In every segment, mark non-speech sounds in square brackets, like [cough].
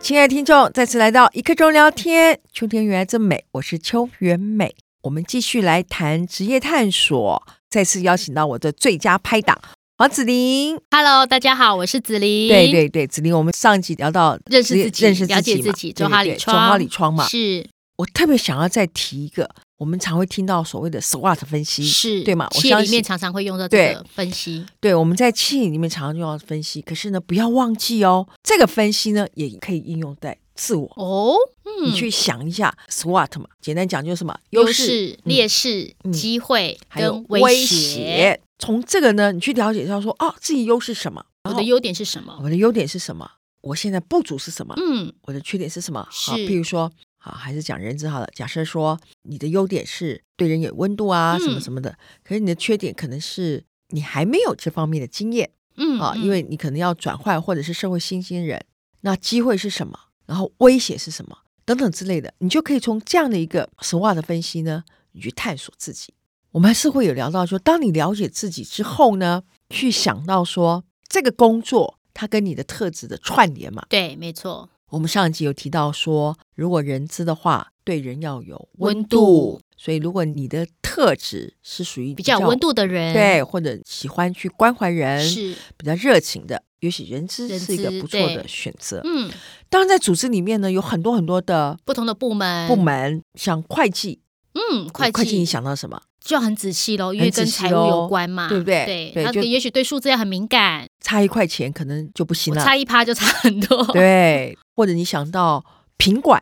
亲爱的听众，再次来到一刻钟聊天，秋天原来这么美，我是邱元美。我们继续来谈职业探索，再次邀请到我的最佳拍档黄子玲。 Hello，大家好，我是子琳。对对对，子玲，我们上一集聊到认识职业自己认识了解己嘛自对己周哈对里对窗周哈里窗嘛。是我特别想要再提一个，我们常会听到所谓的 SWOT 分析，是，对嘛我企业相里面信常常会用到对这个分析，对，我们在企业里面常常用到分析，可是呢，不要忘记哦，这个分析呢也可以应用在自我。哦，你嗯，去想一下 SWOT 嘛，简单讲就是什么优势、势、劣势、嗯机会还有跟威胁，胁。从这个呢，你去了解到说，哦，自己优势什么，我然后的优点是什么？我的优点是什么，我现在不足是什么，嗯，我的缺点是什么。好，是譬如说，好，还是讲人资好了。假设说你的优点是对人有温度啊，什么嗯什么的，可是你的缺点可能是你还没有这方面的经验。嗯啊，嗯因为你可能要转换或者是社会新鲜人，那机会是什么？然后威胁是什么？等等之类的，你就可以从这样的一个 SWOT 的分析呢，你去探索自己。我们还是会有聊到说，当你了解自己之后呢，去想到说这个工作它跟你的特质的串联嘛。对，没错，我们上一集有提到说，如果人资的话，对人要有温温度，度所以如果你的特质是属于比较有温度的人，对，或者喜欢去关怀人，是，比较热情的，也许人资人是一个资不错的对选择。嗯，当然，在组织里面呢，有很多很多的不同的部门，部，门，像会计，嗯，会会计你计想到什么？就很仔细喽，因为很仔跟细财务咯有关嘛，对不对对啊对，他就也许对数字要很敏感，差一块钱可能就不行我了，差一趴就差很多，对，或者你想到品管，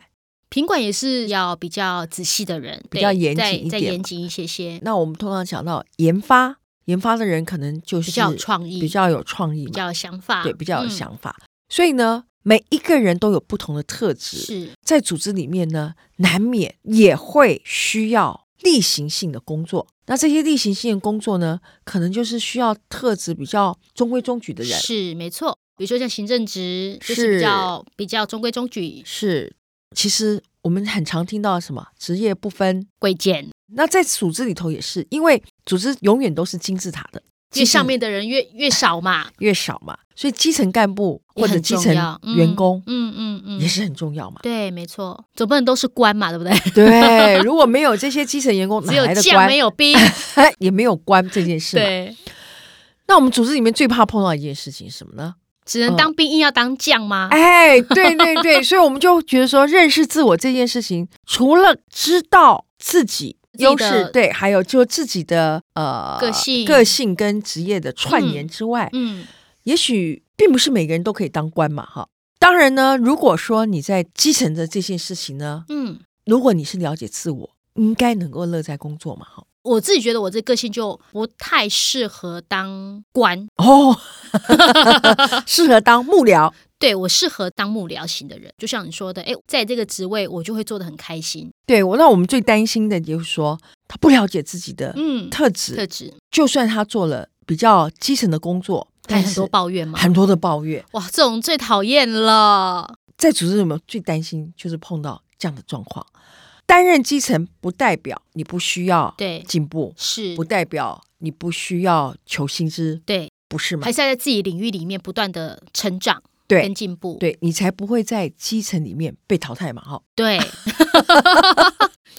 品管也是要比较仔细的人，比对较严谨一再再点严嘛谨一些些，那我们通常想到研发，研发的人可能就是比较有创意，比较有创意比嘛，较有想法，对，比较有嗯想法。所以呢，每一个人都有不同的特质，是在组织里面呢，难免也会需要例行性的工作。那这些例行性的工作呢，可能就是需要特质比较中规中矩的人，是没错。比如说像行政职，就是是比较比较中规中矩、是。其实我们很常听到什么职业不分，贵贱。那在组织里头也是，因为组织永远都是金字塔的，越基层上面的人越越少嘛，越少嘛，所以基层干部也或者很基重层要嗯员工嗯嗯嗯，也是很重要嘛。对，没错，总不能都是官嘛，对不对？对，如果没有这些基层员工，哪 [laughs] 只有来的将官没？有 [laughs] 兵，也没有官这件事嘛。对，那我们组织里面最怕碰到一件事情是什么呢？只能当兵，硬要当将吗？嗯哎，对对 [laughs] 对，所以我们就觉得说，认识自我这件事情，除了知道自己自己优的势，对，还有就自己的呃个性个性跟职业的串联嗯之外，嗯，也许并不是每个人都可以当官嘛，哈。当然呢，如果说你在基层的这件事情呢，嗯，如果你是了解自我，应该能够乐在工作嘛，哈。我自己觉得我这个性就不太适合当官，哦， [laughs] 适合当幕僚，对我适合当幕僚型的人，就像你说的，哎，在这个职位我就会做的很开心，对我，那我们最担心的就是说，他不了解自己的嗯，特质，特质，就算他做了比较基层的工作，还但很是多抱怨吗？很多的抱怨，哇，这种最讨厌了，在组织里面最担心就是碰到这样的状况。担任基层不代表你不需要对，进步，是不，代表你不需要求薪资，对，不是吗还？是要在自己领域里面不断的成长跟对，进步，对你才不会在基层里面被淘汰嘛！哈， [laughs] 对，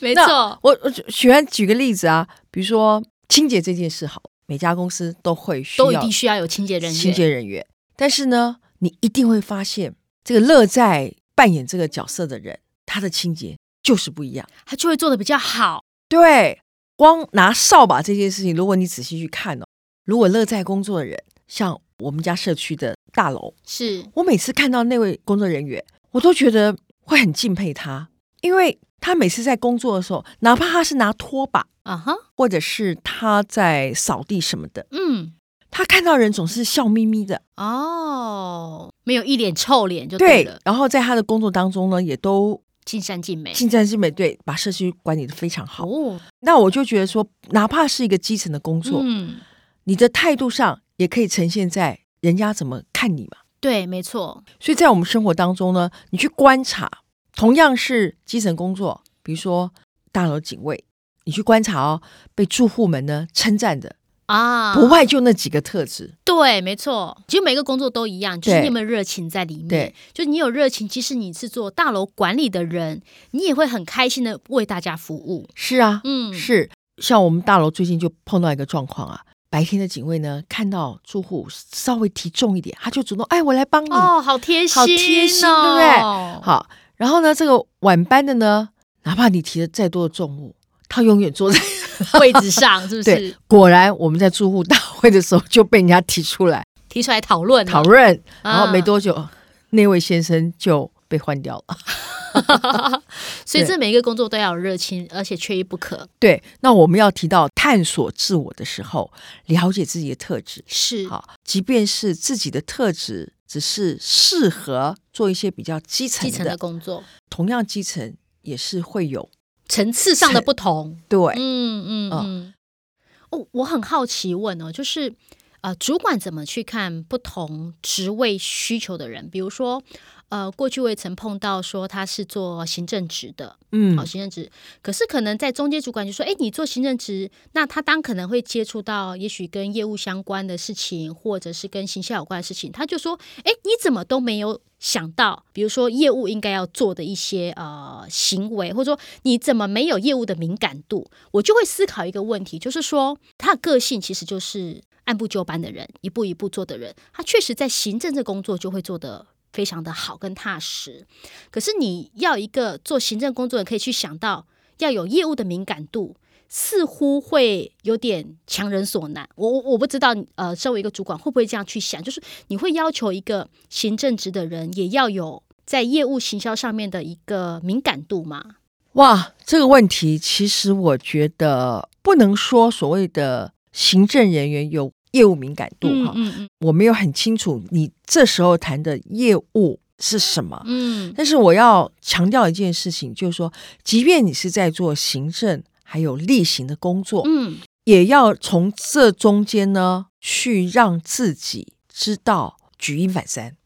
没那错，我我喜欢举个例子啊，比如说清洁这件事好，每家公司都会需都一要定需要有清洁人员，清洁人员。但是呢，你一定会发现，这个乐在扮演这个角色的人，他的清洁就是不一样。他就会做的比较好，对，光拿扫把这件事情，如果你仔细去看哦，如果乐在工作的人，像我们家社区的大楼，是我每次看到那位工作人员，我都觉得会很敬佩他，因为他每次在工作的时候，哪怕他是拿拖把，啊哈，或者是他在扫地什么的，嗯，他看到人总是笑眯眯的。哦，没有一脸臭脸就对对了，，然后在他的工作当中呢，也都尽善尽美，尽善尽美，对，把社区管理的非常好。哎哦，那我就觉得说，哪怕是一个基层的工作，嗯，你的态度上也可以呈现在人家怎么看你嘛。对，没错，所以在我们生活当中呢，你去观察，同样是基层工作，比如说大楼警卫，你去观察哦，被住户们呢称赞的啊，不外就那几个特质，对，没错，其实每个工作都一样，就是对你有没有热情在里面。对，就你有热情，即使你是做大楼管理的人，你也会很开心的为大家服务。是啊，嗯，是。像我们大楼最近就碰到一个状况啊，白天的警卫呢看到住户稍微提重一点，他就主动哎，我来帮你。哦，好贴心、哦，好贴心对不对好，然后呢，这个晚班的呢，哪怕你提的再多的重物，他永远坐 [laughs] 在位置上是不对是？。果然，我们在住户大会的时候就被人家提出来 [laughs] 提出来讨论了讨，论，啊然后没多久，那位先生就被换掉了。 [laughs] 所以对这每一个工作都要有热情，而且缺一不可。对，那我们要提到探索自我的时候，了解自己的特质。是，好，即便是自己的特质只是适合做一些比较基层基的，层的工作同样基层也是会有层次上的不同。对。嗯嗯嗯。哦，我很好奇问哦，就是呃，主管怎么去看不同职位需求的人？比如说，呃，过去我也曾碰到说他是做行政职的，嗯好、，行政职，可是可能在中间主管就说，哎，你做行政职，那他当可能会接触到也许跟业务相关的事情，或者是跟行销有关的事情，他就说，哎，你怎么都没有想到，比如说业务应该要做的一些呃行为，或者说你怎么没有业务的敏感度？我就会思考一个问题，就是说他的个性其实就是按部就班的人，一步一步做的人，他确实在行政这工作就会做得非常的好跟踏实。可是你要一个做行政工作的人可以去想到要有业务的敏感度，似乎会有点强人所难。我我我不知道，呃，身为一个主管会不会这样去想？就是你会要求一个行政职的人也要有在业务行销上面的一个敏感度吗？哇，这个问题其实我觉得不能说所谓的行政人员有业务敏感度哈、嗯嗯我没有很清楚你这时候谈的业务是什么。嗯但是我要强调一件事情，就是说，即便你是在做行政还有例行的工作，嗯也要从这中间呢去让自己知道举一反三。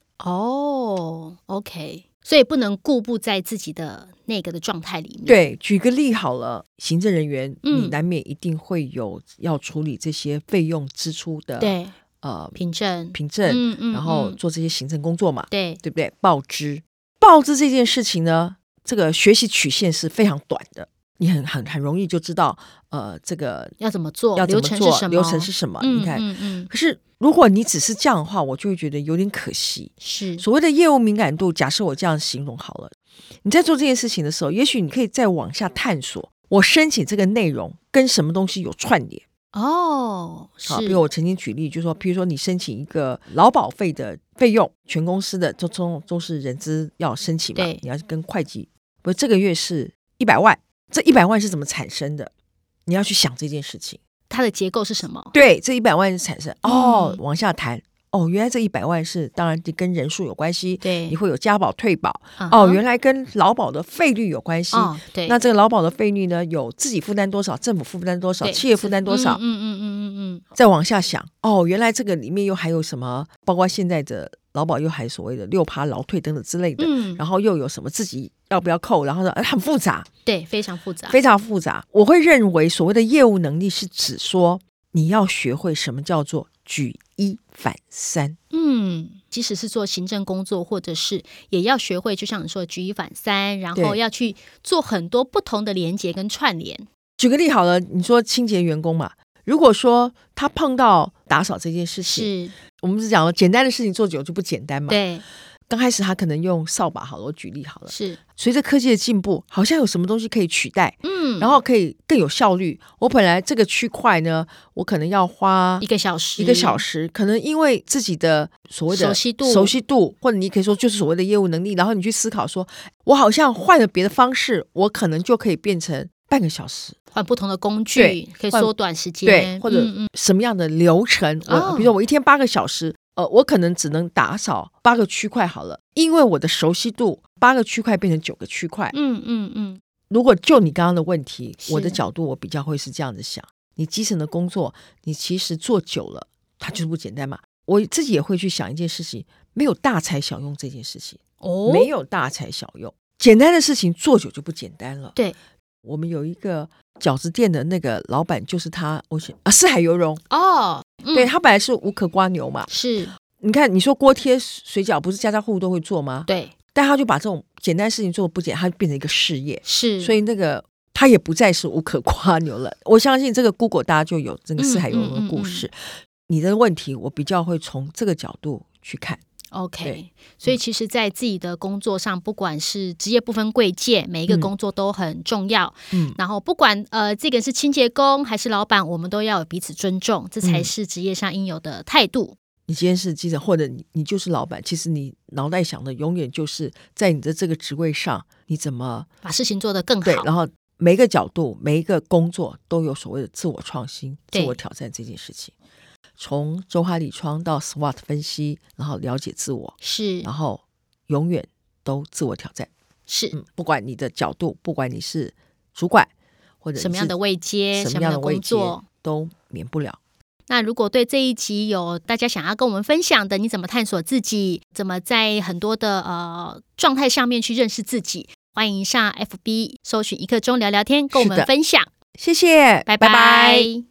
哦，OK，所以不能固步在自己的那个的状态里面。，对，举个例好了，行政人员，嗯你难免一定会有要处理这些费用支出的，对，呃，凭证，凭证，嗯嗯然后嗯做这些行政工作嘛，对，对不对？报支，报支这件事情呢，这个学习曲线是非常短的，你很很很容易就知道，呃，这个要怎么做，要怎哦流么程做是什么？流程是什么？嗯你看，嗯嗯，可是如果你只是这样的话，我就会觉得有点可惜。是，所谓的业务敏感度，假设我这样形容好了，你在做这件事情的时候，也许你可以再往下探索，我申请这个内容跟什么东西有串联。啊哦，是好，，比如我曾经举例，就说，比如说你申请一个劳保费的费用，全公司的都都都是人资要申请嘛对，你要跟会计，不，这个月是一百万，这一百万是怎么产生的？你要去想这件事情。它的结构是什么？对，这一百万是产生哦，嗯往下谈哦，原来这一百万是当然跟人数有关系，对你会有加保退保啊哈哦，原来跟劳保的费率有关系。哦，对，那这个劳保的费率呢，有自己负担多少，政府负担多少，对企业负担多少嗯？嗯嗯嗯嗯再往下想，哦，原来这个里面又还有什么，包括现在的劳保又还所谓的六趴劳退等等之类的，嗯，嗯，然后又有什么自己要不要扣，然后呢，呃很复杂，对，非常复杂，非常复杂。我会认为所谓的业务能力是指说你要学会什么叫做举一反三。嗯，即使是做行政工作，或者是也要学会，就像你说的举一反三，然后对要去做很多不同的连接跟串联。举个例好了，你说清洁员工嘛，如果说他碰到打扫这件事情，是，我们是讲了简单的事情做久就不简单嘛。对，刚开始他可能用扫把好了，我举例好了。是，随着科技的进步，好像有什么东西可以取代，嗯，然后可以更有效率。我本来这个区块呢，我可能要花一个小时，一个小时，可能因为自己的所谓的熟悉度熟悉度，或者你可以说就是所谓的业务能力，然后你去思考说，我好像换了别的方式，我可能就可以变成半个小时，换不同的工具对，可以换缩短时间，对，或者嗯嗯什么样的流程，哦我比如说我一天八个小时，呃，我可能只能打扫八个区块好了，因为我的熟悉度，八个区块变成九个区块。嗯嗯嗯，如果就你刚刚的问题，是我的角度我比较会是这样子想：你基层的工作，你其实做久了，它就是不简单嘛。我自己也会去想一件事情，没有大材小用这件事情，哦，没有大材小用，简单的事情做久就不简单了。对，我们有一个饺子店的那个老板，就是他，我想啊，四海游荣，哦，嗯对他本来是无壳瓜牛嘛。是，你看，你说锅贴、水饺不是家家户户都会做吗？对，但他就把这种简单事情做的不简单，他就变成一个事业，是，所以以那个他也不再是无壳瓜牛了。我相信这个 Google 大家就有这个四海游荣的故事。你的问题，我比较会从这个角度去看。 OK 对。嗯所以其实，在自己的工作上，不管是职业不分贵贱，每一个嗯工作都很重要。嗯，然后不管呃，这个人是清洁工还是老板，我们都要有彼此尊重，这才嗯是职业上应有的态度。你今天是记者，或者你你就是老板，其实你脑袋想的永远就是在你的这个职位上，你怎么把事情做得更对，好，然后每一个角度、每一个工作都有所谓的自我创新、自对我挑战这件事情。从周哈里窗到 SWOT 分析，然后了解自我，是然后永远都自我挑战。是、嗯，不管你的角度，不管你是主管或者什么样的位位阶，什什么么样样的的位工阶作。，都免不了。那如果对这一集有大家想要跟我们分享的，你怎么探索自己，怎么在很多的呃状态上面去认识自己，欢迎上 FB 搜寻一刻钟聊聊天，跟我是们的分享。谢谢，拜拜